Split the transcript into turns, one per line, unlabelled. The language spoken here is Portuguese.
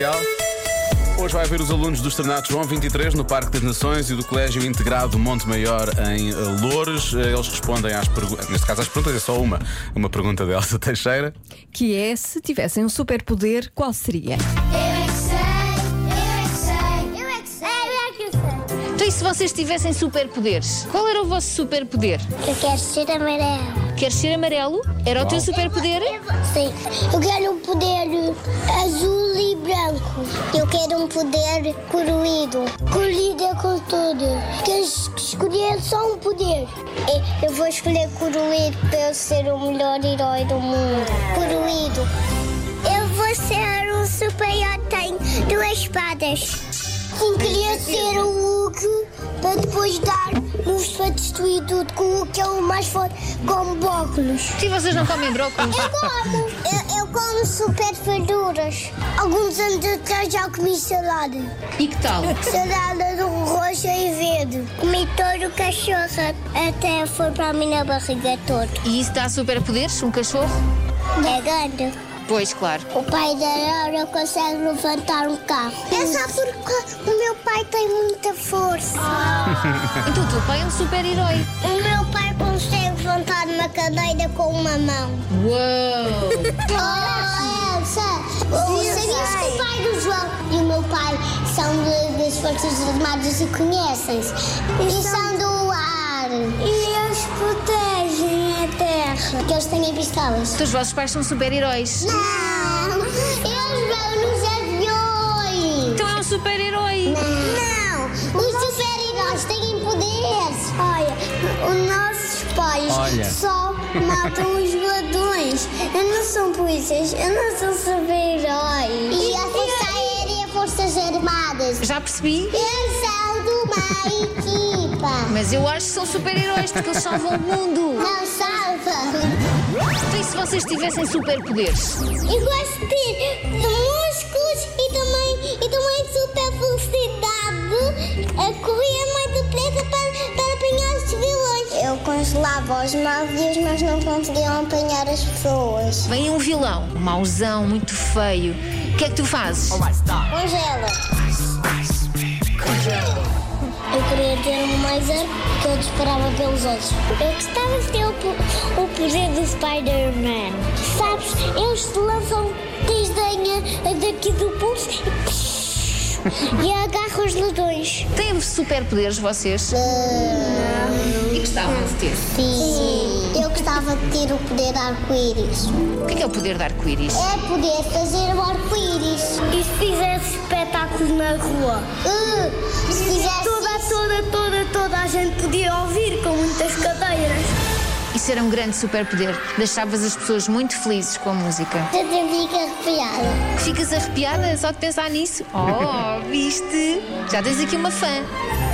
Legal. Hoje vai haver os alunos dos Ternatos João 23 no Parque das Nações e do Colégio Integrado Monte Maior em eh, Loures. Eh, Eles respondem às perguntas, neste caso às perguntas é só uma, uma pergunta de Elsa Teixeira.
que é se tivessem um superpoder, qual seria?
Eu é que sei, eu é que sei, eu é que sei, eu
Então, e se vocês tivessem superpoderes? Qual era o vosso superpoder?
é que sei. Eu quero ser amarelo.
Queres ser amarelo? Era o teu superpoder?
Sim, eu quero um poder azul e branco. Eu quero um poder colorido. Colorido é com tudo. Quero es- escolher só um poder. E- Eu vou escolher colorido para eu ser o melhor herói do mundo. Colorido. Eu vou ser um super-herói tenho duas espadas. Sim, queria ser o Hulk para depois dar moves para destruir tudo. Que o Hulk é o mais forte como óculos.
Se vocês não comem brócolis.
Eu como. Eu, eu como super verduras. Alguns anos atrás já comi salada.
E que tal?
Salada de um roxo e verde. Comi todo o cachorro. Até foi para a minha barriga toda.
E isso dá superpoderes? Um cachorro?
É grande.
Pois, claro.
O pai da Laura consegue levantar um carro. É só porque o meu pai tem muita força.
Então, o teu pai é um super-herói.
O meu pai consegue levantar uma cadeira com uma mão.
Uou!
Olá, Elsa! Sabias que o pai do João e o meu pai são de- das Forças Armadas e conhecem-se? E são do ar. E eles protegem a terra. Porque eles têm pistolas.
Então, os vossos pais são super-heróis.
Não! Eles vão nos aviões!
Então, é um super-herói.
Não! Os super-heróis têm poderes! Olha, os nossos pais
Olha.
só matam os ladrões. Eu não sou polícias, eu não sou super-herói. E a Força Aérea Forças Armadas?
Já percebi.
Eles são de uma equipa.
Mas eu acho que são super-heróis porque eles salvam o mundo.
Não salva!
Então, e se vocês tivessem superpoderes?
Eu gosto de ter músculos e também, e também super velocidade a correr mais depressa para, para apanhar os vilões. Eu congelava os navios, mas não conseguiam apanhar as pessoas.
Vem um vilão, um mauzão, muito feio. O que é que tu fazes?
Congela. Eu queria ter um laser que eu disparava pelos olhos. Eu gostava de ter o, po- o poder do Spider-Man. Sabes, eles lançam desdenha daqui do pulso e, e agarram os ladrões.
Têm superpoderes vocês? E gostavam de ter?
Sim. Eu gostava de ter o poder arco-íris.
O que é, que é o poder de arco-íris?
É poder fazer o arco-íris.
E se fizesse espetáculos na rua?
Uh, se fizesse
Toda, toda, toda, toda a gente podia ouvir com muitas cadeiras.
Isso era um grande superpoder. Deixavas as pessoas muito felizes com a música.
Eu fico arrepiada.
Ficas arrepiada só de pensar nisso? Oh, viste? Já tens aqui uma fã.
é é